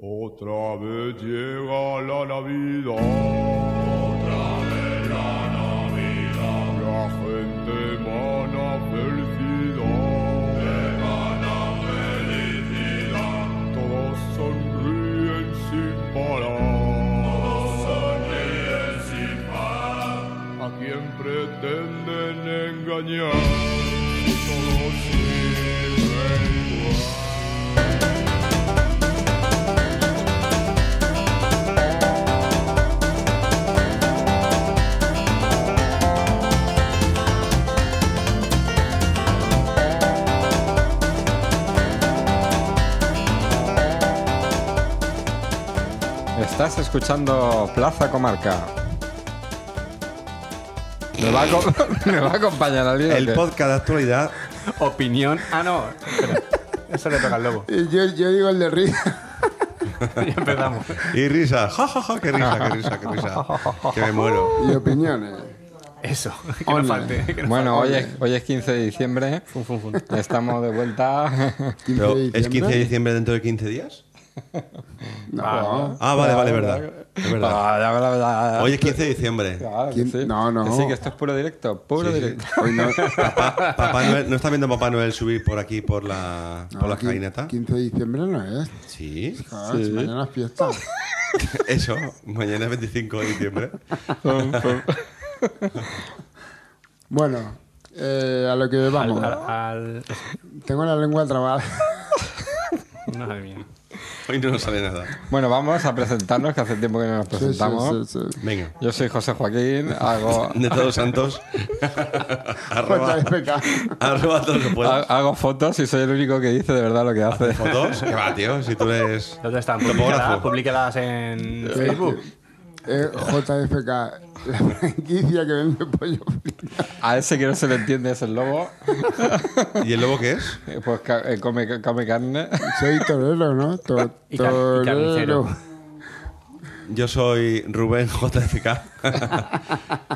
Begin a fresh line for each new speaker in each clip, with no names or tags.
Otra vez llega la Navidad. Otra vez la Navidad. La gente emana felicidad. Emana felicidad. Todos sonríen sin parar. Todos sonríen sin parar. A quien pretenden engañar. Todos sirven igual.
Estás escuchando Plaza Comarca. Me va a, co- me va a acompañar alguien. o
El
qué?
podcast de actualidad.
Opinión. Ah, no. espera. Eso le toca al lobo.
Y Eh, yo, yo digo el de Río.
Ya empezamos.
Y risa. Ja, ja, ja, qué risa, qué risa, qué risa. Que me muero.
Y opiniones.
Eso. Que no falte. que no-
Bueno, hoy es, hoy es 15 de diciembre.
Fun, fun, fun.
Estamos de vuelta.
15
Pero,
de
¿Es 15 de
diciembre.
diciembre dentro de 15 días?
No,
Ah, vale, vale, verdad. Es verdad.
Ah, ya, ya, ya, ya.
Hoy es 15 de diciembre.
Claro Ah, que
¿Quién?
sí.
No, no.
Que sí, que esto es puro directo. Puro
Sí, sí.
directo.
hoy no.
Papá, Papá Noel, ¿no está viendo a Papá Noel subir por aquí, por la, por la
Ah, Aquí,
escalinata?
15 de diciembre no es.
Sí.
Claro, si mañana es fiesta.
Eso, mañana es 25 de diciembre.
Bueno, eh, a lo que vamos.
Al- al-
Tengo la lengua trabada.
Madre mía.
Hoy no nos sale nada.
Bueno, vamos a presentarnos, que hace tiempo que no nos
Sí, sí,
presentamos.
sí, sí.
Venga.
Yo soy José Joaquín, hago,
De todos santos.
Cuenta
arroba,
de pecado.
arroba todo lo que
ha-
puedas.
hago fotos y soy el único que dice de verdad lo que hace.
Ah.
¿Fotos? ¿Qué va, tío? Si tú eres...
¿Dónde están? Publícalas,
Topógrafo.
publícalas en Facebook.
Eh, JFK, la franquicia que vende pollo frito.
A ese que no se le entiende es el lobo,
¿Y el lobo qué es?
eh, pues ca- eh, come, come carne.
Soy torero, ¿no? To-
Y car- y
torero.
carnicero.
Yo soy Rubén JFK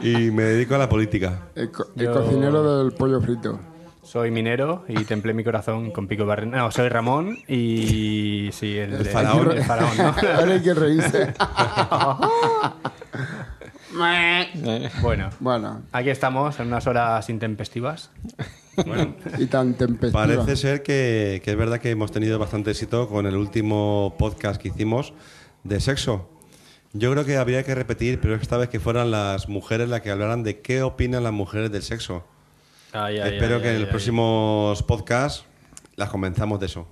y me dedico a la política.
El, Eh, co- el
Yo-
cocinero del pollo frito.
Soy minero y templé mi corazón con Pico Barrena. No, soy Ramón y. Sí, el, el-
faraón.
el faraón, ¿no?
Ahora hay que reírse.
Eh,
Bueno,
bueno,
aquí estamos en unas horas intempestivas.
Bueno,
y tan tempestiva.
parece ser que, que es verdad que hemos tenido bastante éxito con el último podcast que hicimos de sexo. Yo creo que habría que repetir, pero esta vez que fueran las mujeres las que hablaran de qué opinan las mujeres del sexo.
Ay, ay,
Espero
ay,
que
ay,
en los
ay.
próximos podcasts las comenzamos de eso.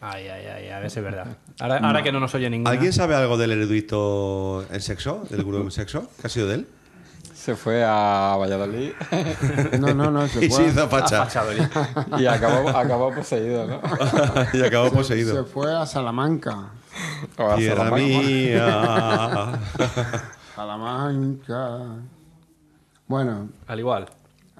Ay, ay, ay, a ver si es verdad. Ahora, ahora que no nos oye ninguna.
¿Alguien sabe algo del erudito en sexo? ¿Del gurú en sexo? ¿Qué ha sido de él?
se fue a Valladolid
No, no, no, se
Y se
fue.
hizo facha.
Fachadori.
y acabó, acabó poseído, ¿no?
y acabó
Se
poseído.
fue a Salamanca.
O a
Tierra
Salamanca.
mía.
Salamanca. Bueno,
Al igual.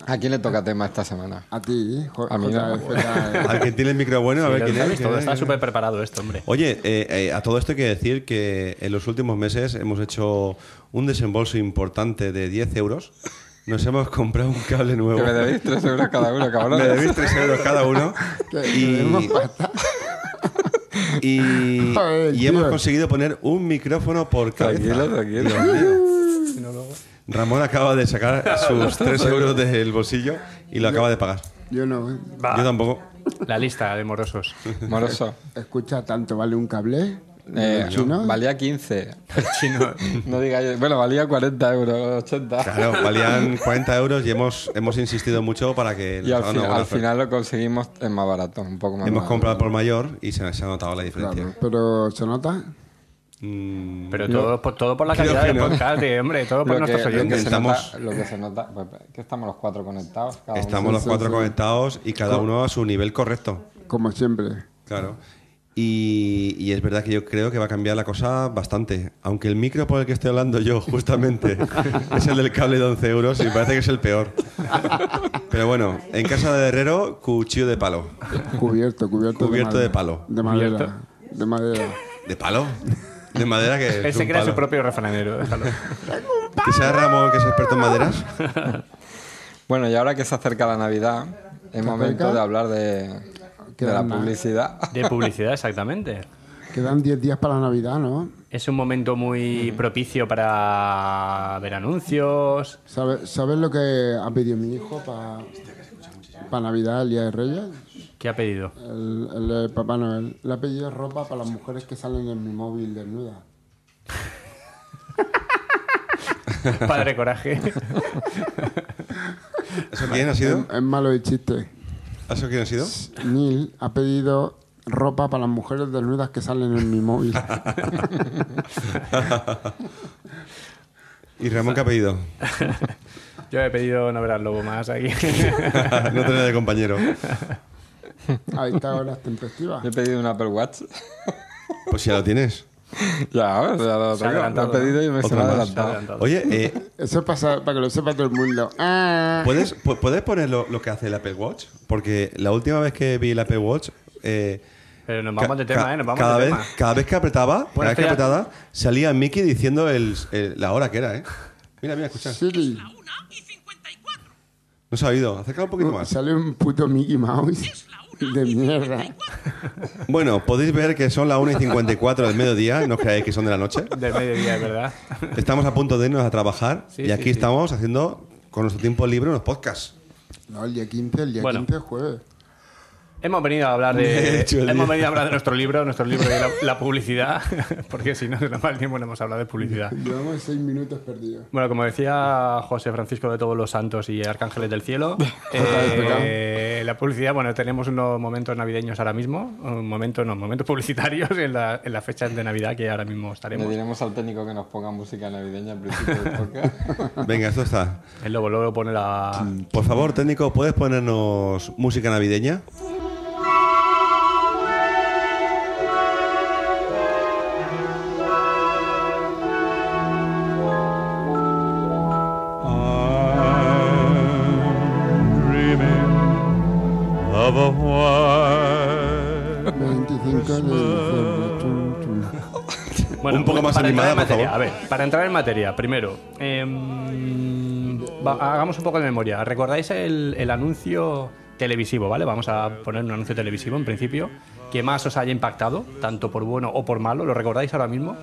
¿A quién le toca tema esta semana?
a ti, Ah, Jo-
A mí no.
JFK.
Al que tiene el micro bueno, a ver
Ya lo
quién es.
sabéis
quién
todo,
es.
está súper preparado esto, hombre.
Oye, eh, eh, a todo esto hay que decir que en los últimos meses hemos hecho un desembolso importante de 10 euros. Nos hemos comprado un cable nuevo.
Que me debéis 3 euros cada uno, cabrón.
Me debéis 3 euros cada uno.
Que- que debemos
Y, y,
Joder,
y
tío.
hemos conseguido poner un micrófono por cabeza.
Tranquilo, tranquilo.
Dios mío. Ramón acaba de sacar sus 3 euros del bolsillo y lo acaba de pagar.
Yo no.
Va.
Yo tampoco.
La lista de morosos.
Moroso.
Escucha, tanto vale un cable.
Eh,
¿El chino?
Valía 15. No digáis, bueno, valía 40 euros, 80.
Claro, valían 40 euros y hemos, hemos insistido mucho para que
Y al,
nos hagan
fin-
una buena
al
oferta.
final lo conseguimos es más barato, un poco más
Hemos
barato.
comprado por mayor y se, se ha notado la diferencia.
Claro, pero se nota.
Mm,
Pero todo, por, todo por la
Creo
calidad
que
del
no.
podcast, eh, hombre. Todo por
Lo que,
nuestros
lo que
oyentes.
se
Estamos-
nota, lo que se nota, pues, que estamos los cuatro conectados. cada uno.
estamos los cuatro conectados y cada uno a su nivel correcto.
Como siempre.
Claro. Y, y es verdad que yo creo que va a cambiar la cosa bastante. Aunque el micro por el que estoy hablando yo, justamente, es el del cable de 11 euros y parece que es el peor. Pero bueno, en casa de Herrero, cuchillo de palo.
Cubierto, cubierto.
Cubierto de
madera.
palo.
De madera. De madera.
¿De palo? De madera que. es
Él se
un
crea su
palo.
propio refranero. déjalo.
Que sea Ramón, que es experto en maderas.
Bueno, y ahora que se acerca la Navidad, es momento
acerca?
de hablar de, de
Queda
la
nada.
publicidad.
De publicidad, exactamente.
Quedan 10 días para la Navidad, ¿no?
Es un momento muy propicio para ver anuncios.
¿Sabes, ¿Sabes lo que ha pedido mi hijo para Navidad, el Día de Reyes?
¿Qué ha pedido?
El, el de Papá Noel. Le ha pedido ropa para las mujeres que salen en mi móvil desnudas.
Padre Coraje.
¿Eso quién ha sido?
Es malo el chiste.
¿Eso quién ha sido?
Neil ha pedido ropa para las mujeres desnudas que salen en mi móvil.
¿Y Ramón qué ha pedido?
Yo he pedido no ver al lobo más aquí.
no tenía de compañero.
Ahí está ahora tempestivas.
He pedido un Apple Watch.
Pues ya lo tienes.
ya, ahora ya lo
Se ha
tengo. Lo
adelantado,
he pedido y me se
Otra
lo ha
más.
adelantado.
Oye, eh,
Eso es para, para que lo sepa todo el mundo. Ah.
¿Puedes, pu- ¿Puedes poner lo, lo que hace el Apple Watch? Porque la última vez que vi el Apple Watch. eh,
Pero nos
ca-
vamos de
ca-
tema, ¿eh? Nos vamos
cada
de
vez,
tema.
Cada vez que apretaba, cada vez que
espera.
apretaba, salía Mickey diciendo el, el- la hora que era, ¿eh? Mira, mira,
Pues,
escucha.
Siri,
No se ha oído. Acércalo un poquito
Uh,
más.
sale un puto Mickey Mouse de mierda.
Bueno, podéis ver que son las 1 y 54 del mediodía. No creáis que son de la noche.
Del mediodía, ¿verdad?
Estamos a punto de irnos a trabajar.
Sí,
y
sí,
aquí
sí.
estamos haciendo con nuestro tiempo libre unos podcasts.
No, el día 15, el día
Bueno.
15 es jueves.
Hemos venido a hablar
He
de.
hecho el
hemos
día.
venido a hablar de nuestro libro, nuestro libro y la, la publicidad, porque si no, no mal tiempo no hemos hablado de publicidad.
Llevamos seis minutos perdidos.
Bueno, como decía José Francisco de Todos los Santos y Arcángeles del Cielo, eh, la publicidad, bueno, tenemos unos momentos navideños ahora mismo, un momento, no, momentos publicitarios en, la- en las fechas de Navidad que ahora mismo
Le
estaremos.
diremos al técnico que nos ponga música navideña al principio del podcast.
Venga, esto está.
El lobo luego pone la.
Por favor, técnico, ¿puedes ponernos música navideña?
I'm dreaming of a white
25 de
Pues,
diciembre. Chum, chum.
Bueno,
Un poco más
para entrar
animada,
en
por
materia,
favor.
A ver, para entrar en materia, primero, em, va- hagamos un poco de memoria. ¿Recordáis el, el anuncio televisivo, vale? Vamos a poner un anuncio televisivo en principio que más os haya impactado, tanto por bueno o por malo. ¿Lo recordáis ahora mismo?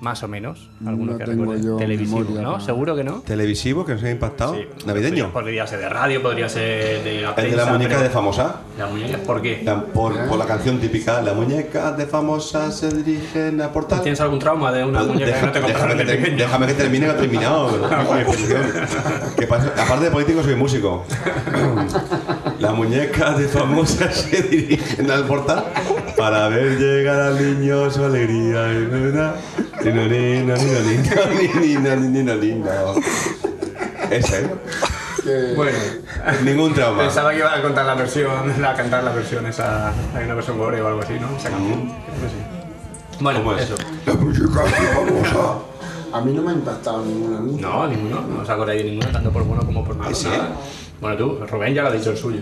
Más o menos, alguno
No
que
tengo
recuerde.
yo
Televisivo,
memoria
¿no?
para-
Seguro que no.
Televisivo que nos ha impactado.
Sí.
Navideño.
Podría ser de radio, podría ser de
El de la
la prensa,
muñeca
pero-
de famosa.
La muñeca, ¿por qué?
La- por, por la canción típica, la muñeca de famosa se dirigen a portal.
¿Tienes algún trauma de una
Pues
muñeca
deja-
que Ah, no te compraron
déjame,
de
que termine,
pequeño?
déjame que termine, que ha terminado. que pasa- aparte de político, soy músico. La muñeca de famosa se dirigen al portal para ver llegar al niño su alegría. Ese, ¿eh?
Bueno,
Ningún trauma.
Pensaba que iba a contar la versión, a cantar la versión esa, hay una versión gore o algo así, ¿no? Esa canción.
¿Cómo
Mm. Bueno,
es?
eso.
La música famosa. A mí no me ha impactado ninguna niña.
No, ninguno, no os acordáis de ninguno, tanto por bueno como por malo.
Sí.
nada. Bueno, tú, Rubén ya lo ha dicho el suyo.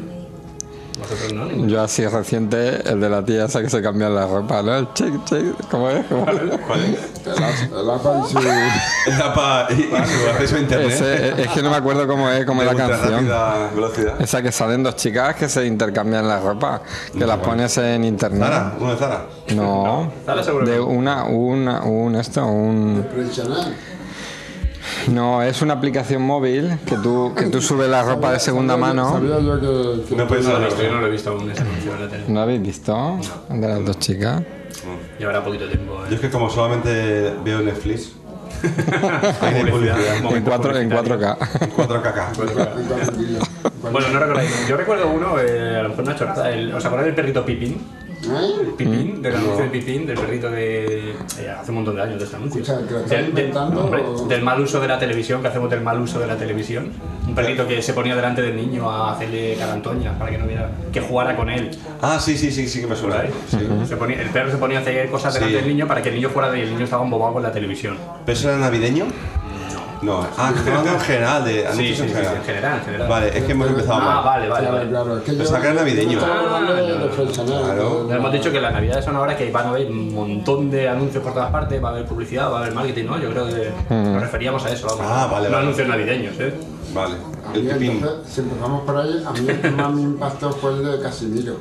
Vosotros no, ninguno.
Yo así reciente, el de la tía esa que se cambia la ropa, ¿no? El check, check. ¿Cómo es? ¿Cómo es?
¿Cuál es?
El apa- el apa y su-
El APA y, y su acceso a internet.
Ese- es, es que no me acuerdo cómo es, cómo
de
es la
ultra
canción.
rápida velocidad.
Esa que salen dos chicas que se intercambian la ropa, que las pones en internet.
Zara, uno de Zara.
No.
Zara seguro que
De
no.
una, una, un esto, un.
Impresionante.
No, es una aplicación móvil que tú, que tú subes la ropa de segunda
Sabía-
mano.
Sabía yo que, que-
No puede
Yo no lo he
ser.
visto, yo no lo he visto aún esa canción, la tengo.
¿No habéis visto? De las dos chicas.
Llevará poquito tiempo,
Yo
¿eh?
es que como solamente veo Netflix hay de
Publicidad.
publicidad.
En,
Momento
cuatro, en
publicitario.
4K.
4KK.
Bueno, no recordáis. Yo recuerdo uno, eh, a lo mejor una chorrada. el- ¿Os acordáis del perrito Pipín?
¿Eh?
Pipín, del anuncio de Pipín, del perrito de. eh, hace un montón de años de este anuncio.
Escucha, ¿te lo estás
Del, del-
inventando
hombre,
o-
del mal uso de la televisión, que hacemos del mal uso de la televisión. Un perrito que se ponía delante del niño a hacerle carantoña para que no viera. que jugara con él.
Ah, sí, sí, sí, sí que me suena.
¿sabes? Se ponía- el perro se ponía a hacer cosas delante
Sí.
del niño para que el niño fuera de. el niño estaba embobado con la televisión.
¿Pero eso era navideño? No. No, ah, que estoy hablando en general, de
Sí, sí,
anuncios
sí,
en
sí, en
general.
general, en general.
Vale, es que hemos empezado
Ah,
mal.
vale, vale,
Claro,
vale.
claro. Es que yo,
Pensaba que era navideño.
yo estaba hablando de-
Ah,
de Frenchner,
claro.
de-
Ya hemos dicho que las navidades son ahora que van a haber un montón de anuncios por todas partes, va a haber publicidad, va a haber marketing, ¿no? Yo creo que nos referíamos a eso, vamos.
Ah, vale,
No
vale.
anuncios navideños, ¿eh?
Vale,
A mí,
el pipín.
entonces, si empezamos por ahí, a mí el que más me impactó fue el de Casimiro.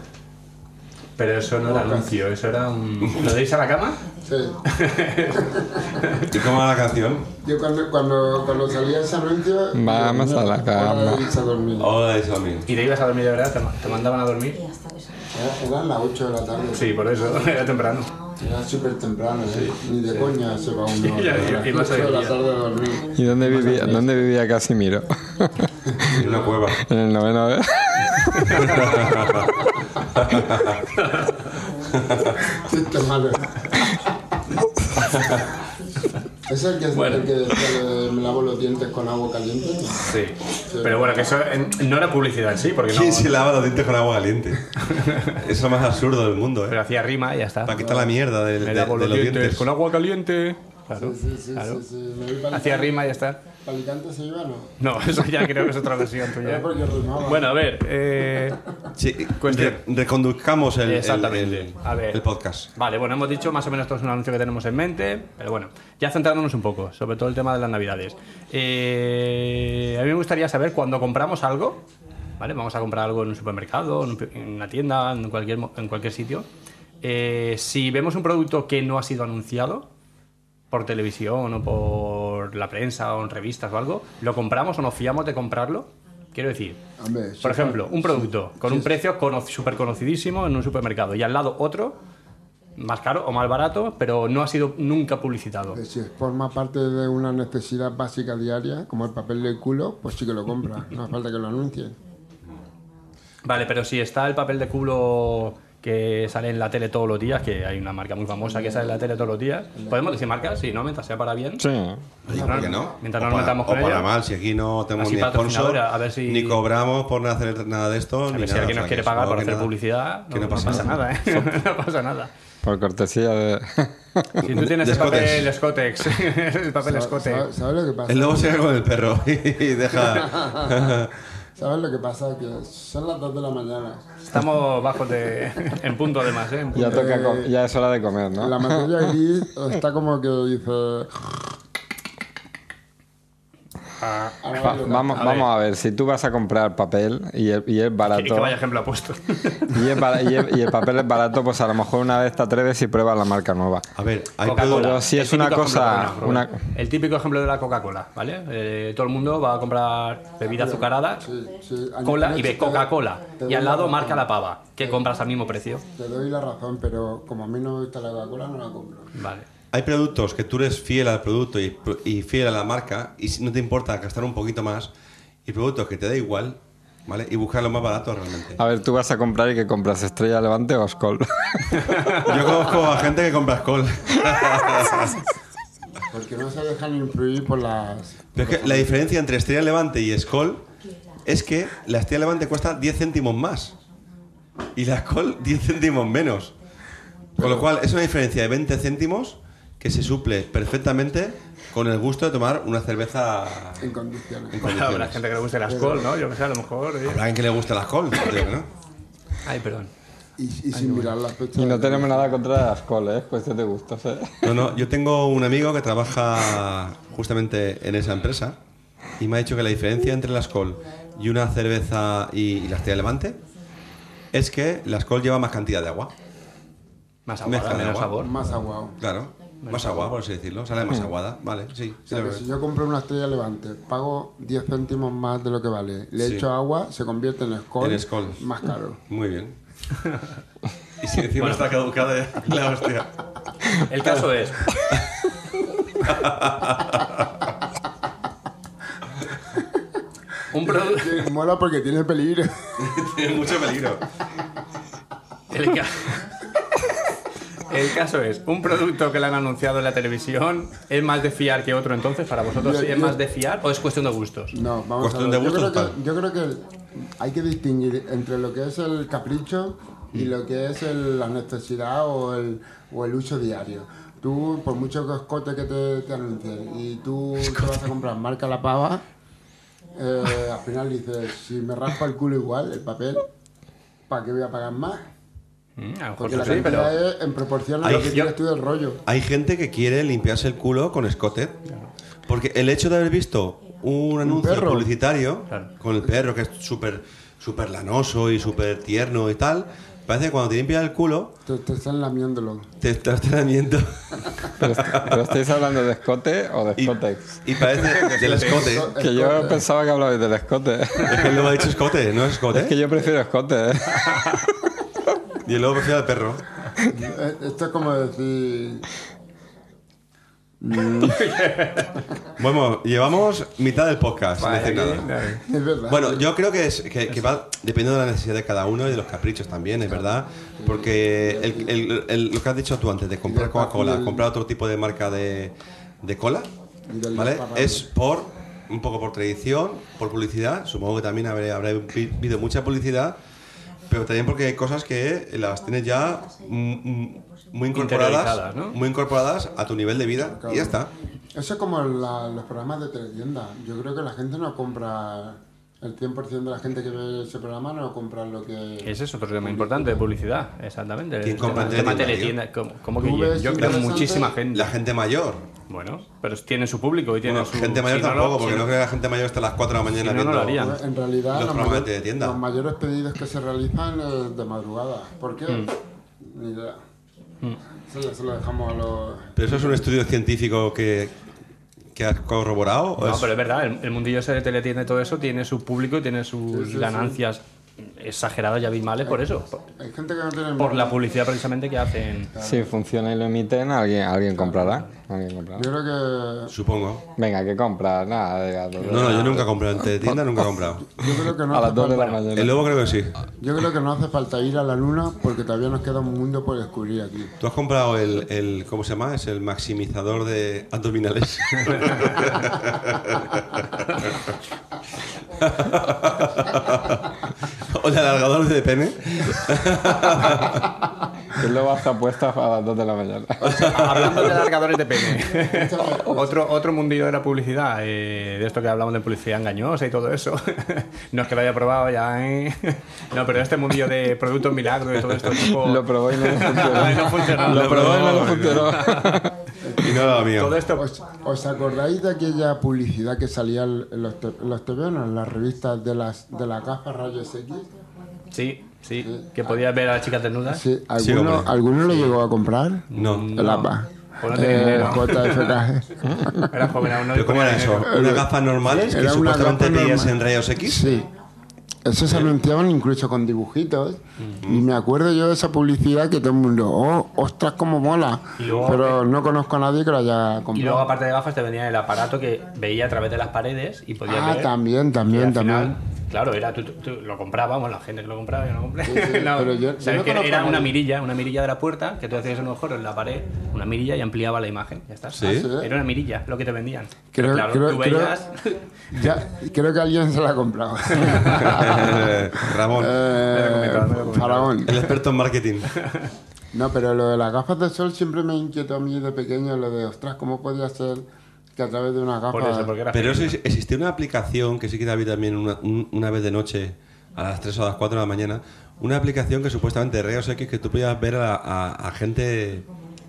Pero eso no era anuncio, eso era un. ¿Lo deis a la cama?
Sí.
¿Y cómo va la canción?
Yo cuando, cuando, cuando salía ese anuncio...
Vamos a la cama.
Ahora irse a dormir.
Hola, de Samir.
¿Y te ibas a dormir de verdad? ¿Te ma- ¿Te mandaban a dormir?
Era- Eran las 8 de la tarde.
Sí, por eso, era temprano.
Era súper temprano, ¿eh? Ni de coña se va uno.
Sí, ya, ya,
a
y más
las 8 de
hoy
la
día.
tarde a dormir.
¿Y dónde vivía, dónde vivía Casimiro?
En una cueva.
en el noveno de...
Esto es malo. ¿Es el que,
Bueno.
el que decía lo de me lavo los dientes con agua caliente?
Sí. Pero bueno, que eso eh, no era publicidad en sí, porque no.
¿Quién se lava los dientes con agua caliente? Es lo más absurdo del mundo, ¿eh?
Pero hacía rima y ya está.
Para quitar la mierda del-
Me
de,
lavo
de
los
los
dientes
dientes.
con agua caliente. Claro,
Sí, sí,
claro.
sí, sí. Me voy para
Hacía rima y ya está.
Alicante se iba, ¿no?
No, eso ya creo que es otra versión tuya.
Era porque rimaba.
Bueno, a ver. Eh...
Sí,
Cuestión.
re- reconduzcamos el, el-
Exactamente.
el-
A ver.
el podcast.
Vale, bueno, hemos dicho más o menos todo es un anuncio que tenemos en mente, pero bueno, ya centrándonos un poco, sobre todo el tema de las navidades. Eh, a mí me gustaría saber cuando compramos algo, ¿vale? Vamos a comprar algo en un supermercado, en, un pi- en una tienda, en cualquier, mo- en cualquier sitio. eh, si vemos un producto que no ha sido anunciado por televisión o por la prensa o en revistas o algo, ¿lo compramos o nos fiamos de comprarlo? Quiero decir,
Hombre, sí.
por ejemplo, un producto con un precio cono- súper conocidísimo en un supermercado y al lado otro, más caro o más barato, pero no ha sido nunca publicitado.
Que Si forma parte de una necesidad básica diaria, como el papel del culo, pues sí que lo compra. No hace falta que lo anuncie.
Vale, pero si está el papel de culo que sale en la tele todos los días, que hay una marca muy famosa que sale en la tele todos los días, ¿podemos decir marcas? Sí, ¿no? Mientras sea para bien.
Sí.
Oye, ¿por qué no?
Mientras
O
no
para-
nos metamos con
O para
ella.
mal, si aquí no tenemos
Así
ni sponsor,
patrocinadora, a ver si-
ni cobramos por no hacer nada de esto,
A
ni
ver si
nada,
alguien
o sea,
nos quiere
que
pagar
supongo
por
que
hacer
nada-
publicidad, no,
que no
no
pasa
pasa nada, ¿eh? No pasa nada.
Por cortesía de...
Si tú tienes
De
el papel
Scotex.
Scotex, el papel Scotex.
¿Sabes sabes lo que pasa?
El lobo se va con el perro y deja...
¿Sabes lo que pasa? Que son las 2 de la mañana.
Estamos bajos de... en punto además, ¿eh? En punto.
Ya, toca com- ya es hora de comer, ¿no?
La materia gris está como que dice...
Ah,
Ahora
Va-
me toca.
vamos,
A
vamos a ver, si tú vas a comprar papel y es, y es
Que- que
barato...
vaya ejemplo ha puesto.
Y, es bara- y es- y el papel es barato, pues a lo mejor una vez te atreves y pruebas la marca nueva.
A ver, hay
Coca-Cola.
productos-
Pero si
El
es una
típico
cosa-
ejemplo, perdona, Roberto. El típico ejemplo de la Coca-Cola, ¿vale? Eh, todo el mundo va a comprar bebida azucarada,
Sí, sí.
cola y
Anoche
ve
te-
Coca-Cola.
te doy
Y al
la
lado
razón.
marca la pava, que compras al mismo precio.
Te doy la razón, pero como a mí no me gusta la Coca-Cola, no la compro.
Vale.
Hay productos que tú eres fiel al producto y, y fiel a la marca y si no te importa gastar un poquito más y productos que te da igual, ¿vale? Y buscar lo más barato realmente.
A ver, tú vas a comprar y que compras Estrella Levante o Skol.
Yo conozco a gente que compra alcohol.
Porque no se dejan influir por las...
Pero es que la diferencia entre Estrella Levante y Skol es que la Estrella Levante cuesta 10 céntimos más y la Skol 10 céntimos menos. Con lo cual es una diferencia de 20 céntimos que se suple perfectamente con el gusto de tomar una cerveza
en condiciones.
en
Bueno,
pues.
habrá
condiciones.
gente que le guste las col, ¿no? Yo que sé, a lo mejor. oye.
Habrá alguien que le guste la Skol, yo creo, ¿no?
Ay, perdón.
Y, y sin mirar las fechas.
Y no tenemos nada contra las Skol, ¿eh? Es cuestión de gustos, ¿eh?
No, no, yo tengo un amigo que trabaja justamente en esa empresa y me ha dicho que la diferencia entre la Skol y una cerveza y, y la Estrella Levante es que la Skol lleva más cantidad de agua.
Más
Mezcla
agua,
de
menos
agua.
sabor.
Más aguado.
Claro, más agua, Mm. por así decirlo. Sale más aguada, vale, sí.
O
sí
sea,
lo
que
veo.
si yo compro una estrella levante, pago 10 céntimos más de lo que vale, le
Sí.
echo agua, se convierte en Skol,
En Skol.
más caro.
Muy bien. Y si encima está caducada ya, la hostia.
El caso es. Un producto.
Que Mola porque tiene peligro.
Tiene mucho peligro.
El, ca- El caso es, un producto que le han anunciado en la televisión, ¿es más de fiar que otro entonces? ¿Para vosotros
Yo-
sí es
yo-
más de fiar o es cuestión de gustos?
No, vamos
Cuestión
a
de
ver.
gusto
yo, creo que,
total.
yo creo que el- hay que distinguir entre lo que es el capricho y lo que es el- la necesidad o el, o el uso diario. Tú, por mucho coscote que te, te anuncien y tú te vas a comprar marca la pava, eh, al final dices, si me raspa el culo igual, el papel, ¿para qué voy a pagar más?
Mm, a lo mejor
Porque la
sí, pero...
cantidad es en proporción a
Ahí
lo que
yo-
tienes tú del rollo.
Hay gente que quiere limpiarse el culo con escote. Porque el hecho de haber visto un anuncio
perro.
publicitario
Claro.
con el perro, que es súper súper lanoso y súper tierno y tal, Parece que cuando te limpias el culo,
Te, te están lamiéndolo.
te estás tratamiento
Pero, pero estáis hablando de escote o de
y,
escotex.
y parece del escote.
Que yo pensaba que hablabais del escote.
Es que él no me ha dicho escote, no es escote.
Es que yo prefiero escote. ¿eh?
Y luego prefiero al perro.
Eh, Esto es como decir.
Bueno, llevamos mitad del podcast. sin decir nada.
Es verdad.
Bueno, yo creo que, es, que, que va dependiendo de la necesidad de cada uno y de los caprichos también, es verdad. Porque el- el- el- lo que has dicho tú antes, de comprar Coca-Cola, comprar otro tipo de marca de, de cola, ¿vale? Es por, un poco por tradición, por publicidad. Supongo que también habré- habrá habido mucha publicidad, pero también porque hay cosas que las tienes ya mm, mm, muy incorporadas,
Interiorizadas, ¿no?
muy incorporadas a tu nivel de vida y ya está.
Eso es como la- los programas de teletienda. Yo creo que la gente no compra. El 100% de la gente que ve ese programa no compra lo que.
Ese es otro tema importante de publicidad, exactamente.
¿Quién
El
compra
tema- el tema
teletienda,
teletienda, como, como que
¿Tú
yo,
ves
yo creo
interesante?
muchísima gente.
La gente mayor,
Bueno, pero tiene su público y tiene
Bueno,
su...
gente mayor
si no lo-
tampoco, porque no
si no-
creo que la gente mayor esté a las 4 de la mañana
Si no, no lo
viendo-
harían.
En realidad,
Los
los,
programas
mayor-
de teletienda.
los mayores pedidos que se realizan es de madrugada. ¿Por qué?
Mm.
Ni idea. Eso ya se lo dejamos a los.
¿Pero eso es un estudio científico que, que has corroborado? ¿O
No,
es-
pero es verdad, el, el mundillo ese de teletienda y todo eso tiene su público y tiene sus
Sí, sí,
ganancias exageradas y abismales por eso. Por,
Hay gente que no tiene.
por la publicidad precisamente que hacen.
Si funciona y lo emiten, alguien, alguien comprará. Alguien comprará.
Yo creo que.
Supongo.
Venga, que comprar. Nada, de- de- de-
No, no, yo nunca he comprado en tienda, nunca he comprado.
Yo creo que no
a
hace
las 2 de la
falta-
mañana.
El lobo creo que sí.
Yo creo que no hace falta ir a la luna porque todavía nos queda un mundo por descubrir aquí.
¿Tú has comprado el, el- ¿cómo se llama? Es el maximizador de abdominales. o el alargador de pene.
Y luego hasta apuestas a las 2 de la mañana.
Hablando de alargadores de pene. otro, otro mundillo de la publicidad, eh, de esto que hablamos de publicidad engañosa y todo eso. no es que lo haya probado ya, ¿eh? No, pero este mundillo de productos milagros y todo esto tipo...
Lo probó y no le funcionó.
No funcionó.
Lo probó y no
No,
le funcionó.
Y no era lo mío.
Todo esto...
¿Os, os acordáis de aquella publicidad que salía en los, te- en los TVO, en las revistas de las de las gafas rayos X?
Sí, sí, que podías ver a las chicas desnudas.
Sí,
Sí,
¿alguno,
hombre.
¿alguno lo llegó a comprar?
No.
El APA.
Pues no tenía
Eh,
dinero.
JFK.
Era joven aún, no
¿Pero cómo
disponía
era
de
eso?
dinero.
¿Unas gafas normales que
Era una
supuestamente
gafa
veías
normal.
en rayos X?
Sí. Eso se anunciaban incluso con dibujitos. Y me acuerdo yo de esa publicidad que todo el mundo, oh, ostras, cómo mola.
Y luego-
Pero no conozco a nadie que lo haya comprado.
Y luego, aparte de gafas, te venía el aparato que veía a través de las paredes y podías
Ah,
ver.
también,
Y
también,
al
también.
final, claro, era tú, tú- tú lo comprabas, bueno, la gente que lo compraba, yo no compré.
sí,
No,
pero yo- yo
sabes
no
que
conozco a
era una
nadie.
mirilla, una mirilla de la puerta, que tú hacías a lo mejor en la pared, una mirilla y ampliaba la imagen, ya está. Ah,
Sí.
sí.
Era una mirilla lo que te vendían.
Creo-
Pero claro,
creo-
tú
creo-
veías...
Ya, creo que alguien se la ha comprado.
Ramón,
Eh, Faraón.
el experto en marketing.
No, pero lo de las gafas de sol siempre me inquietó a mí de pequeño, lo de, ostras, ¿cómo podía ser que a través de una gafa...
Por eso, porque era
Pero eso es- existía una aplicación que sí que la vi también una, un- una vez de noche, a las 3 o a las 4 de la mañana, una aplicación que supuestamente de rayos X que tú podías ver a, a- a gente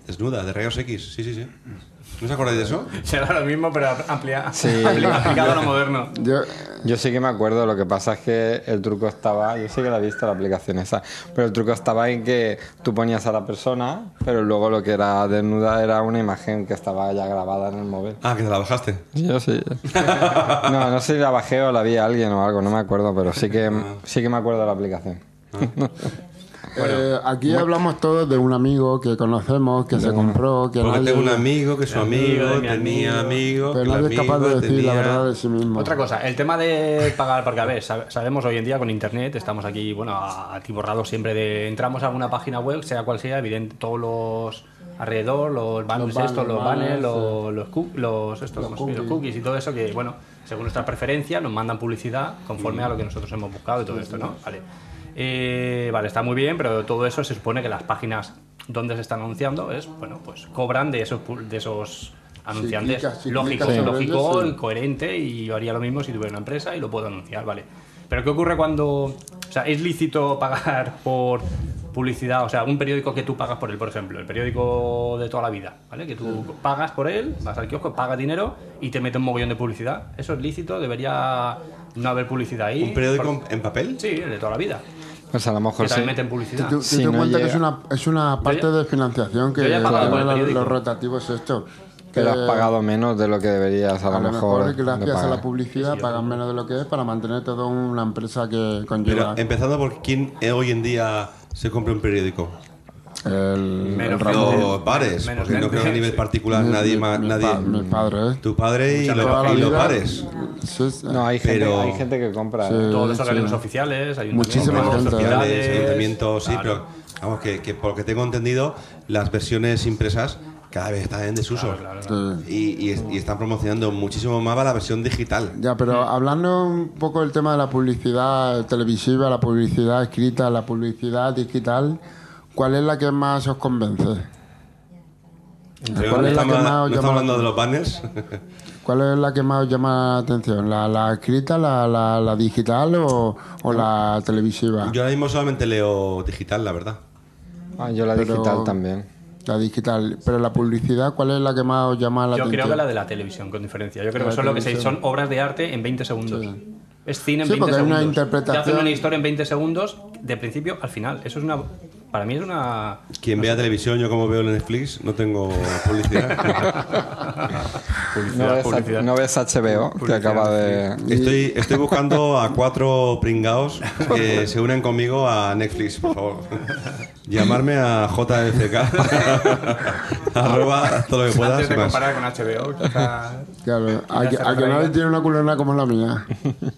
desnuda, de rayos X. Sí, sí, sí. ¿No os acordáis de eso?
Será lo mismo, pero ampliado,
Sí.
aplicado a lo moderno.
Yo,
Yo sí que me acuerdo, lo que pasa es que el truco estaba, yo sí que la he visto la aplicación esa, pero el truco estaba en que tú ponías a la persona, pero luego lo que era desnuda era una imagen que estaba ya grabada en el móvil.
Ah, que te la bajaste.
Yo sí. No, no sé si la bajé o la vi a alguien o algo, no me acuerdo, pero sí que,
Ah.
sí que me acuerdo de la aplicación.
eh, aquí hablamos todos de un amigo que conocemos, que se compró, que
Porque
nadie,
tengo un amigo que su amigo,
amigo de mi
tenía amigo.
pero
que el
nadie es capaz
amigo
de decir
tenía-
la verdad de sí mismo.
Otra cosa, el tema de pagar, porque a ver, sab- sabemos hoy en día con internet, estamos aquí, bueno, a- atiborrados siempre de. Entramos a alguna página web, sea cual sea, evidente, todos los alrededor, los banners,
Los banners,
estos, los
banners,
banners, los, los, cu- los, esto, ¿cómo se dice? Los
cookies.
cookies y todo eso, que bueno, según nuestra preferencia, nos mandan publicidad conforme a lo que nosotros hemos buscado y todo esto, ¿no? Vale. Eh, vale, está muy bien, pero todo eso se supone que las páginas donde se están anunciando es, bueno, pues cobran de esos pu- de esos anunciantes.
clicas, si
lógico,
clicas sobre
lógico,
ellos, sí.
y coherente y yo haría lo mismo si tuviera una empresa y lo puedo anunciar, vale. Pero ¿qué ocurre cuando... O sea, ¿es lícito pagar por publicidad? O sea, un periódico que tú pagas por él, por ejemplo, el periódico de toda la vida, ¿vale? Que tú
Mm.
pagas por él, vas al kiosco, pagas dinero y te mete un mogollón de publicidad. ¿Eso es lícito? ¿Debería no haber publicidad ahí?
¿Un periódico
Por-
en papel?
Sí, el de toda la vida.
Pues a lo
que
mejor sí.
también meten
Tú-
publicidad.
Tú,
Si
te
no
cuenta que es
llega-
una, es una parte
Yo ya-
de financiación que
yo ya he pagado por el
los-
periódico.
los rotativos esto. que
Pero has pagado menos de lo que deberías, a,
Eh, A lo mejor,
de
gracias a
pagar.
la publicidad pagan menos de lo que es para mantener toda una empresa que
Pero
conlleva
empezando por quién eh, hoy en día se compra un periódico.
el,
Menos
el
que-
ramo.
Los bares,
menos
porque no
gente.
creo que a nivel particular
Mi-
nadie
mi-
más.
mi ¿eh?
Nadie,
pa- mis padres.
tu padre y,
Mucha
los-
Toda la
y los
vida-
bares.
Sí, sí.
No, hay gente,
Pero-
hay gente que compra.
Sí.
¿eh?
Todos los
Sí.
organismos oficiales, hay
Muchísima gente, ¿eh?
sociedades, ayuntamientos, sí,
claro.
pero vamos, que, que por lo que tengo entendido, las versiones impresas cada vez están en desuso.
Sí.
Y, y es- y están promocionando muchísimo más la versión digital.
Ya, pero hablando un poco del tema de la publicidad televisiva, la publicidad escrita, la publicidad digital, ¿cuál es la que más os convence?
Pero
¿Cuál
no
es la que
estamos,
más
no
os
estamos
llama-
hablando de los banners.
¿Cuál es la que más os llama la atención? ¿La, la escrita, la, la- la digital o, o la televisiva?
Yo ahora mismo solamente leo digital, la verdad.
Ah, yo la
Pero-
digital también.
La digital. Pero la publicidad, ¿cuál es la que más os llama la
Yo
atención?
creo que la de la televisión, con diferencia. Yo creo
La
que son lo que se
televisión.
son obras de arte en 20 segundos. Es cine en
Sí,
20
porque hay una
segundos.
interpretación.
Te hacen una historia en 20 segundos, de principio al final. Eso es una. Para mí es una.
Quien vea televisión, yo como veo en Netflix, no tengo publicidad.
¿No ves, no ves HBO que acaba de.
Estoy, estoy buscando a cuatro pringaos que se unan conmigo a Netflix, por favor. Llamarme a JFK. arroba todo lo que puedas.
Antes de
y más.
comparar con HBO, quizás.
Claro, a,
Ya
que-
se
a que no
arraiga.
le tiene una culona como la mía.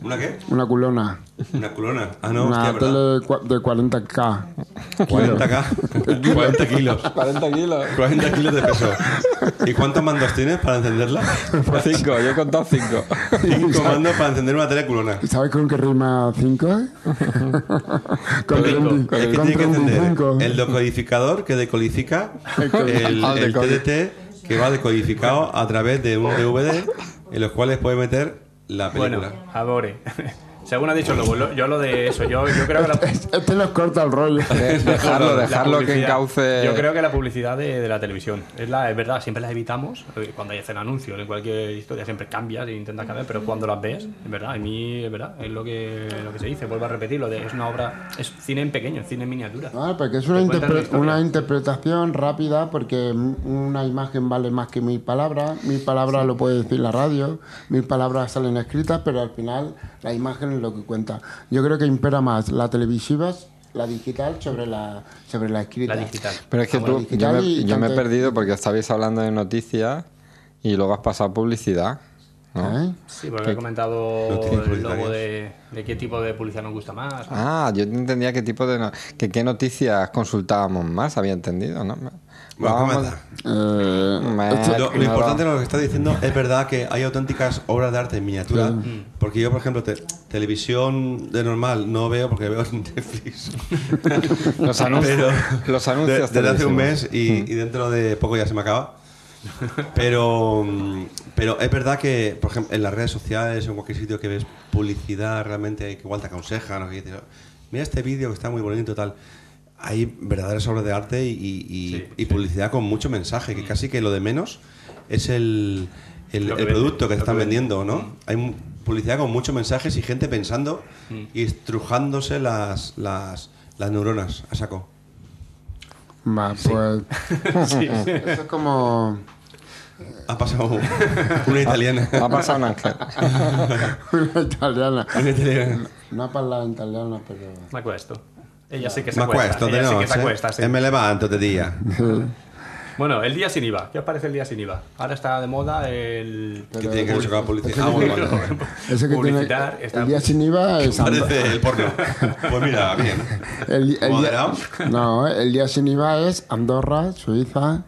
¿Una qué?
Una culona.
Una culona. Ah, no,
una
hostia, ¿verdad?
tele cua- de 40k.
40K. 40 kilos.
40 kilos.
40 kilos de peso. ¿Y cuántos mandos tienes para encenderla?
5, yo he contado 5.
Cinco mandos para encender una tele culona.
¿Sabes con qué rima 5? con
Cinco.
Es que
con
tiene que entender
35.
el decodificador que decodifica, el, Ah,
al
el
decodi-
TDT que va decodificado a través de un DVD en los cuales puede meter la película.
Bueno, adore. Según ha dicho Lobo, lo- yo lo de eso, yo, yo creo que la,
Este nos corta el rollo.
Dejarlo,
la
dejarlo que
publicidad.
encauce.
Yo creo que la publicidad de, de la televisión. Es, la, es verdad, siempre las evitamos. eh, Cuando hacen anuncios en cualquier historia, siempre cambias e intentas cambiar, pero cuando las ves, es verdad, a mí es verdad, es lo que, lo que se dice. Vuelvo a repetirlo: de- es una obra, es cine en pequeño, cine en miniatura.
Ah, porque es una,
Te cuentan la
interpre-
historia.
una interpretación rápida porque mm, una imagen vale más que mil palabras, mil palabras lo puede decir la radio, mil palabras salen escritas, pero al final la imagen es lo que cuenta. Yo creo que impera más la televisiva, la digital sobre la sobre la escrita.
La digital.
Pero es que
Ah,
tú,
bueno,
yo,
digital
me,
y
yo me he
tanto-
perdido porque estabais hablando de noticias y luego has pasado a publicidad. ¿no?
¿Eh?
Sí, porque he comentado
Noticias
el logo
publicitarias.
de, de qué tipo de publicidad nos gusta más.
Ah, yo entendía qué tipo de. no- que qué noticias consultábamos más, había entendido, ¿no?
Bueno,
Vamos-
comenta.
Eh,
Me-
Lo- lo,
no,
importante de lo Ah, que está diciendo es verdad que hay auténticas obras de arte en miniatura. Porque yo, por ejemplo, te- televisión de normal no veo porque veo en Netflix.
Los anuncios.
Pero-
los anuncios.
de- desde hace un
televisivos.
mes y, y dentro de poco ya se me acaba. Pero, mm, pero es verdad que, por ejemplo, en las redes sociales o en cualquier sitio que ves publicidad realmente que igual te aconsejan o que dices, mira este vídeo que está muy bonito y tal. Hay verdaderas obras de arte y, y-
Sí, Mm.
y publicidad con mucho mensaje, que casi que lo de menos es el, el-
Lo que
el
vende,
producto que
lo
te están
que vende. Mm.
vendiendo, ¿no? Hay mu- publicidad con muchos mensajes y gente pensando
Mm.
y estrujándose las, las, las neuronas a saco.
va, pues
Sí.
eso es como
Ha pasado una italiana.
Ha pasado un ángel.
una italiana.
Una italiana.
No ha parlado en italiano, pero
Me acuesto. Ella sí que se
Me acuesto
acuesta.
de
Ella sí que se
noche,
acuesta, sí.
y me levanto de día.
Bueno, el día sin IVA. ¿Qué os parece el día sin IVA? Ahora está de moda el.
Que tiene que ver con la publicidad. Ah, bueno, vale, vale.
Ese que tiene
Publicitar está-
el día sin IVA es
Parece el porno. Pues mira, bien.
El, el día,
Moderado.
no, eh, el día sin IVA es Andorra, Suiza.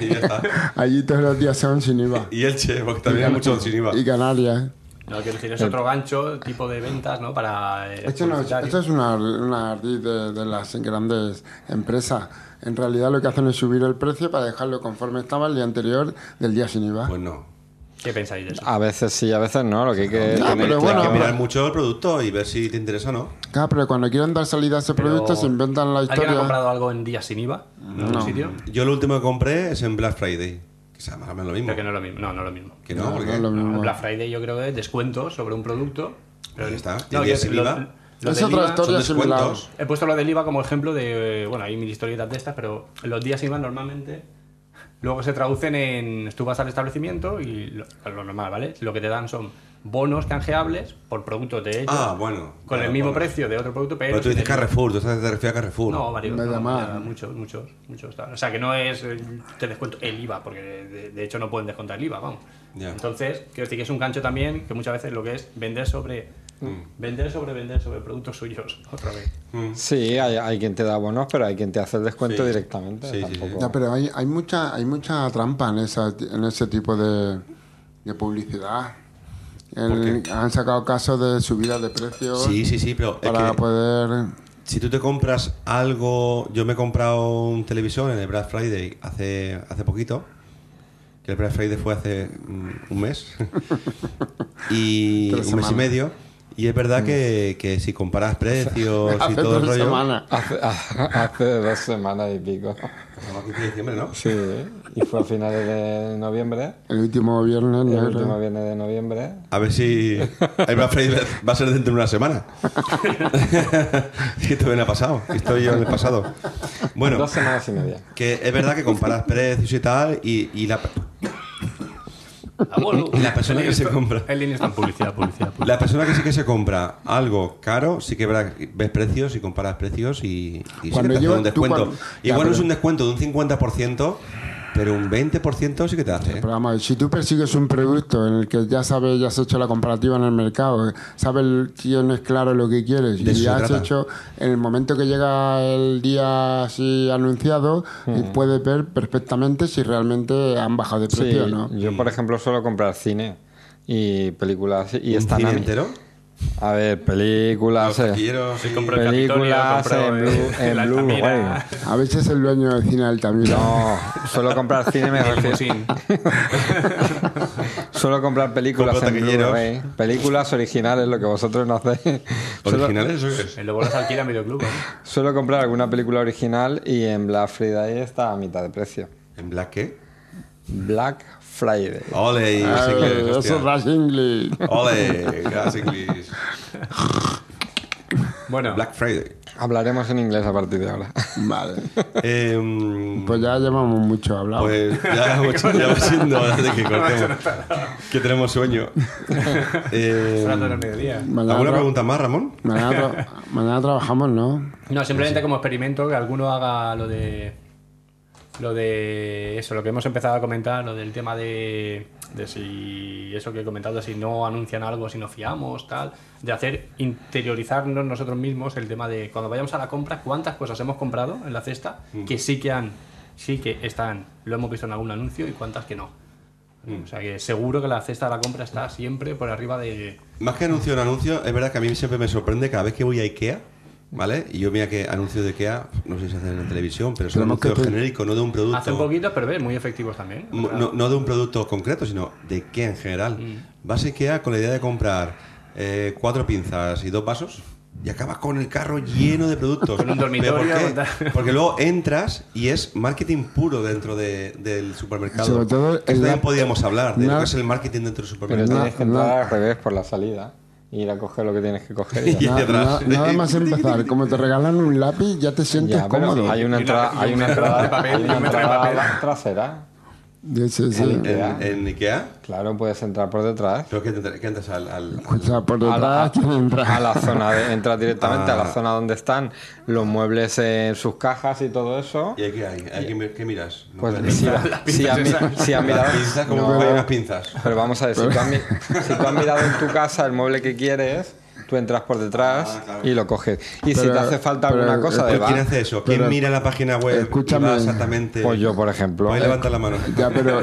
Y ya está.
Allí todos los días son sin IVA.
Y Elche, porque también hay mucho sin IVA.
Y Canarias.
No, quiero decir, es otro gancho, tipo de ventas, ¿no? Para. eh,
Eh. Esto, no es,
publicitarios.
esto es una, una ardid de, de las grandes empresas. En realidad lo que hacen es subir el precio para dejarlo conforme estaba el día anterior del día sin IVA.
Pues no.
¿Qué pensáis de eso?
A veces sí, a veces no. Lo que hay que
Ya,
tener claro-
Hay
pero
que
bueno,
mirar mucho el producto y ver si te interesa o no.
Claro, pero cuando quieren dar salida a ese
Pero,
producto se inventan la
¿Alguien ha
historia.
comprado algo en día sin IVA? ¿En algún sitio?
Yo lo último que compré es en Black Friday. Que sea más o menos lo mismo.
Creo que no es lo mismo. No, no es lo mismo.
Que no,
No,
porque
no es lo
No,
mismo.
Black Friday yo creo que es descuento sobre un producto.
Ahí está.
No,
¿Y el día
yo-
sin
lo-
IVA?
Lo
Es
del
otra
IVA-
historia
son descuentos.
similar.
He puesto lo del IVA como ejemplo de. eh, Bueno, hay mil historietas de estas, pero los días IVA normalmente luego se traducen en. Tú vas al establecimiento y lo, lo normal, ¿vale? Lo que te dan son bonos canjeables por productos de ellos.
Ah, bueno.
Con
Vale,
el mismo
bueno.
precio de otro producto, pero.
Pero tú
sin
dices
el IVA.
Carrefour, tú estás- te refieres a Carrefour.
No, varios.
Me
no,
llaman.
ya, muchos, muchos, muchos. tal. O sea, que no es. eh, Te descuento el IVA, porque de, de hecho no pueden descontar el IVA, vamos.
Ya.
Entonces, quiero decir que es un gancho también que muchas veces lo que es vender sobre.
Mm.
Vender sobre vender sobre productos suyos, otra vez.
Sí, hay, hay quien te da bonos, pero hay quien te hace el descuento
Sí.
directamente.
Sí, sí, sí.
tampoco.
Ya, pero hay, hay mucha hay mucha trampa en esa en ese tipo de, de publicidad. El- han sacado casos de subidas de precios
Sí, sí, sí, pero es
para
que pues
poder
si tú te compras algo, yo me he comprado un televisor en el Black Friday hace, hace poquito, que el Black Friday fue hace mm, un mes, y un
Tres
mes
semanas. Mm.
y medio, y es verdad que, que si comparas precios y
hace
todo el
tres
rollo...
semanas.
Hace, hace dos semanas y pico.
Estamos a 15 de diciembre, ¿no?
Sí, y fue a finales de noviembre,
El último viernes
el
negro.
último viernes de noviembre.
A ver si el Black Friday va a ser dentro de una semana. que esto me ha pasado, que estoy yo en el pasado. Bueno,
Dos semanas y media.
Que es verdad que comparas precios y tal, y, y la,
Abuelo.
Y la persona que se compra.
Ah, El línea está en publicidad, publicidad, publicidad.
la persona que sí que se compra algo caro, sí que verá- ves precios y comparas precios y, y sí que
Cuando
te hace
lleva-
un
tú
descuento.
cuando- Ya,
Igual no es
pero-
un descuento de un 50%, pero un 20% sí que te hace. ¿eh?
Pero vamos, si tú persigues un producto en el que ya sabes, ya has hecho la comparativa en el mercado, sabes quién es claro lo que quieres
De eso
y
se
has
trata.
hecho, en el momento que llega el día así anunciado, y
Hmm.
puedes ver perfectamente si realmente han bajado de
Sí,
precio o no.
yo por ejemplo suelo comprar cine y películas y
¿Un
están
cine
a mí.
entero?
A ver, películas,
Los
eh,
taquilleros y-
compro- el
películas
Capitolio,
en
compro
blue,
el-
en
la
blue
Altamira.
bueno.
A veces el dueño del cine Altamira.
No, suelo comprar cine, me refiero.
Sin-
Suelo comprar películas
Compro
en
taquilleros.
Blu-ray. Películas originales, lo que vosotros no hacéis. Suelo-
¿Originales? ¿Eso qué es?
El Lobo las alquila a medio club. ¿eh?
Suelo comprar alguna película original y en Black Friday está a mitad de precio.
¿En black qué?
Black Friday.
¡Ole! y
Ah,
ese inglés,
eso es
hostia.
Rush English.
¡Ole! gas inglés.
Bueno,
Black Friday.
Hablaremos en inglés a partir de ahora.
Vale.
Eh, mm,
Pues ya llevamos mucho hablado.
Pues ya hemos hecho- ya va siendo hora de que cortemos. que tenemos sueño. Eh,
hablando del mediodía.
mañana,
¿Alguna
tra-
pregunta más, Ramón?
mañana tra- mañana trabajamos, ¿no?
No, simplemente como experimento que alguno haga lo de. Lo de eso, lo que hemos empezado a comentar, lo del tema de, de si eso que he comentado, de si no anuncian algo, si nos fiamos, tal, de hacer interiorizarnos nosotros mismos el tema de cuando vayamos a la compra, cuántas cosas hemos comprado en la cesta
Mm.
que sí que han, sí que están, lo hemos visto en algún anuncio y cuántas que no.
Mm.
O sea que seguro que la cesta de la compra está siempre por arriba de.
Más que anuncio en anuncio, es verdad que a mí siempre me sorprende cada vez que voy a IKEA, ¿vale? Y yo mira que anuncios de IKEA, no sé si se hacen en la televisión, pero son
Tenemos que
anuncios
pe-
genéricos, no de un producto.
Hacen poquitos, pero ves, muy efectivos también.
Mo- No, no de un producto concreto, sino de IKEA en general.
Mm.
Vas a IKEA con la idea de comprar eh, cuatro pinzas y dos vasos y acabas con el carro lleno de productos.
Con un
¿Pero
dormitorio,
por qué?
con tal.
Porque luego entras y es marketing puro dentro de- del supermercado.
Sobre todo
Esto
en
también
la-
podíamos hablar de lo
la-
que es el marketing dentro del
Pero
supermercado.
tienes que entrar al revés por la salida. Ir a coger lo que tienes que coger. y ya
Y
está.
Na-
atrás.
na- nada más empezar, como te regalan un lápiz, ya te sientes
Ya, pero
cómodo.
hay una
Y una-
entrada,
y
hay
un
una
metro de
entrada,
papel,
hay
y
una
un metro de
entrada
papel.
trasera.
Sí, sí, sí.
en, en IKEA.
Claro, puedes entrar por detrás.
Pero que, te- que entras al, al-
Pues-
O sea, por
A la,
detrás tienen ra-
a la zona, de, entras directamente a la
Ah.
zona donde están los muebles en sus cajas y todo eso.
¿Y ahí qué hay? ¿Ahí qué, mi- qué miras? No
Pues
puedes
si,
mirar.
ha- si, ha mi- si ha
Las
mirado...
pinzas, como
No,
hay unas pinzas.
Pero vamos a ver, si tú, has, mi- si tú has mirado en tu casa el mueble que quieres, tú entras por detrás y lo coges. Y si
Pero-
te hace falta
pero- eh, pues
alguna cosa de
¿Pero ¿Quién
bar,
hace eso? ¿Quién
Pero-
mira la página web? y
Escúchame.
va exactamente.
pues yo, por ejemplo,
Voy a levantar la mano.
Ya, pero.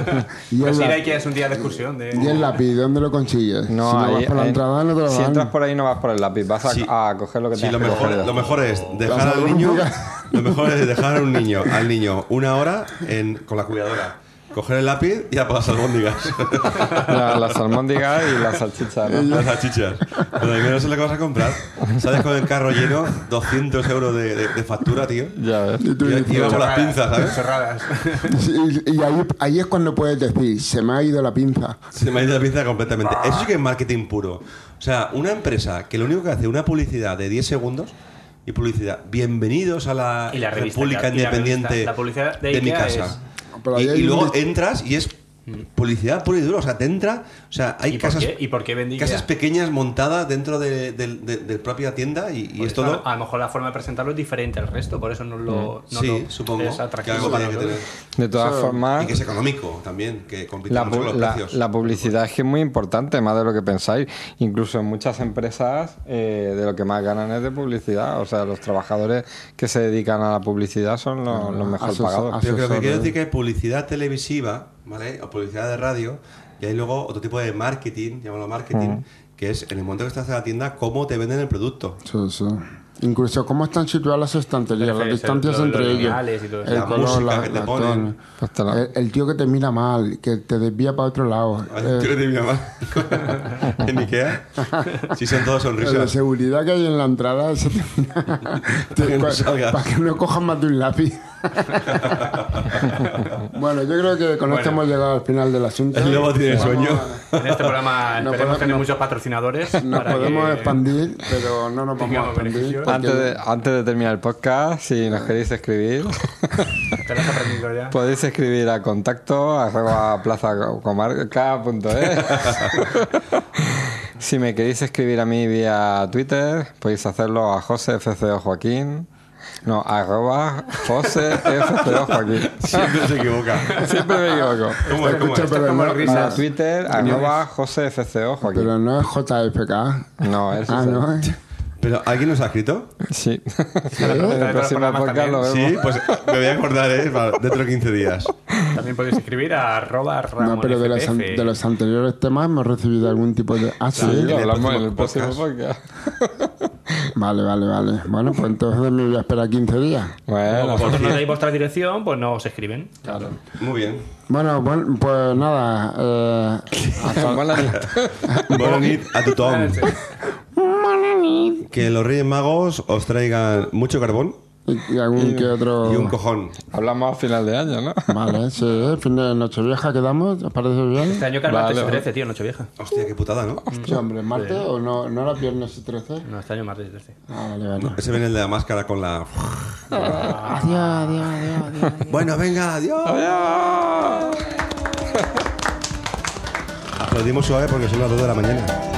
Y el,
Pues ir
la-
a Ikea es un día de excursión. De...
y el lápiz, ¿dónde lo consigues?
no,
si no vas
ahí-
por la
ahí-
entrada, no te lo
si
dan.
entras por ahí no vas por el lápiz, vas a,
Sí.
a coger lo que
Sí,
tengas
lo
que
mejor,
coger.
lo mejor es dejar
Las
al niño.
arrugas.
Lo mejor es dejar a un niño, al niño una hora en- con la cuidadora. Coger el lápiz y a por las albóndigas.
La- las almóndigas y las salchichas, ¿no?
las salchichas. Pero al menos es lo que vas a comprar. Sales con el carro lleno, 200 euros de, de- de factura, tío.
Ya ves.
Y tú
Y,
dices,
y va con las pinzas, ¿sabes?
Cerradas.
Y, y ahí, ahí es cuando puedes decir, se me ha ido la pinza.
Se me ha ido la pinza completamente. Eso sí que es marketing puro. O sea, una empresa que lo único que hace una publicidad de 10 segundos y publicidad, bienvenidos a la,
Y la revista,
República
y la- y la
Independiente
revista, la publicidad de
mi
Ikea Mm.
casa.
Pero
Y,
ahí hay
y luego
un-
entras y es publicidad pura y dura. O sea, te entra. O sea, hay
¿Y por
casas,
qué? ¿Y por qué vendí
casas
Ikea?
pequeñas montadas dentro de, del- de- del propia tienda y, y
Por
es
eso,
todo.
A lo mejor la forma de presentarlo es diferente al resto, por eso no lo.
Mm.
No
sí,
lo-
supongo.
Es
que
atractivo
algo
para
tiene que
nosotros.
De
tener.
todas
Eso-
formas,
Y que es económico también, que compite
la,
mucho
pu-
con los
la-
precios.
la publicidad es que es muy importante, más de lo que pensáis. Incluso en muchas empresas eh, de lo que más ganan es de publicidad. O sea, los trabajadores que se dedican a la publicidad son los, los mejor
Asos-
pagados.
asos-
Pero creo que
Asesor,
quiero
¿eh?
decir que hay publicidad televisiva, ¿vale? O publicidad de radio, y hay luego otro tipo de marketing, llámalo marketing,
Mm.
que es en el momento que estás en la tienda, cómo te venden el producto.
Sí, sí. Incluso cómo están situadas las estanterías,
Pero
las
es-
distancias
lo- lo-
entre
los
ellas.
lineales y todo eso.
el
La
color,
música
la-
que te
la
ponen.
tono.
Pues te la-
El, el tío que te mira mal, que te desvía para otro lado.
Ay,
Eh,
tío, de mi mamá. en Ikea. Sí, son todos
eh, la
sonrisas.
seguridad que hay en la entrada eso te
que no salgas.
para que no cojan más de un lápiz. bueno, yo creo que con esto
Bueno.
hemos llegado al final del asunto.
El lobo tiene
Vamos
sueño.
a-
En este programa
No podemos-
esperemos tener
no-
muchos patrocinadores.
Nos
para
podemos
que-
expandir, pero no nos vamos a
tengamos
expandir.
beneficios.
porque-
Antes de, antes de terminar el podcast, si nos queréis escribir,
Te lo has aprendido ya.
podéis escribir a contacto arroba plazacomarca.es. si me queréis escribir a mí vía Twitter, podéis hacerlo a José FCO Joaquín. No, arroba José FCO Joaquín.
Siempre se equivoca.
Siempre me equivoco.
¿Cómo es? ¿Cómo
Escucha,
es?
pero
como
no-
el
Para
Risas.
Twitter, arroba José FCO Joaquín.
Pero no es JFK.
No, eso
Ah,
es-
no. ¿eh?
¿Pero alguien nos ha escrito?
Sí.
todos
en el
los
próximo
programas
podcast lo
Sí,
vemos.
pues me voy a acordar, ¿eh? Para dentro de 15 días.
También podéis escribir a arroba
Pues- No, pero de los, an-
ramonfpf.
de los anteriores temas hemos recibido algún tipo de. Ah, sí.
Sí, lo
el
hablamos en
próximo
el próximo podcast.
Vale, vale, vale. Bueno, pues entonces me voy a esperar 15 días.
Como
Bueno,
vosotros no dais vuestra dirección, pues no os escriben.
Muy bien.
Bueno, bueno, pues nada. eh,
buenas
Buena nit a tu Tom.
Este
Que los Reyes Magos os traigan mucho carbón
y- y algún que otro.
y un cojón.
Hablamos a final de año, ¿no?
Vale, sí, ¿eh? fin de Nochevieja quedamos, ¿os parece bien?
Este año que martes
Vale, vale.
13, tío, Nochevieja.
Hostra, qué putada, ¿no?
Sí, hombre, ¿martes o no? ¿No era viernes y 13?
No, este año martes 13.
Ah, vale, vale.
Ese viene el de la máscara con la.
Adiós, adiós, adiós, adiós.
Bueno, venga, adiós.
¡Adiós!
Aplaudimos suave porque son las 2 de la mañana.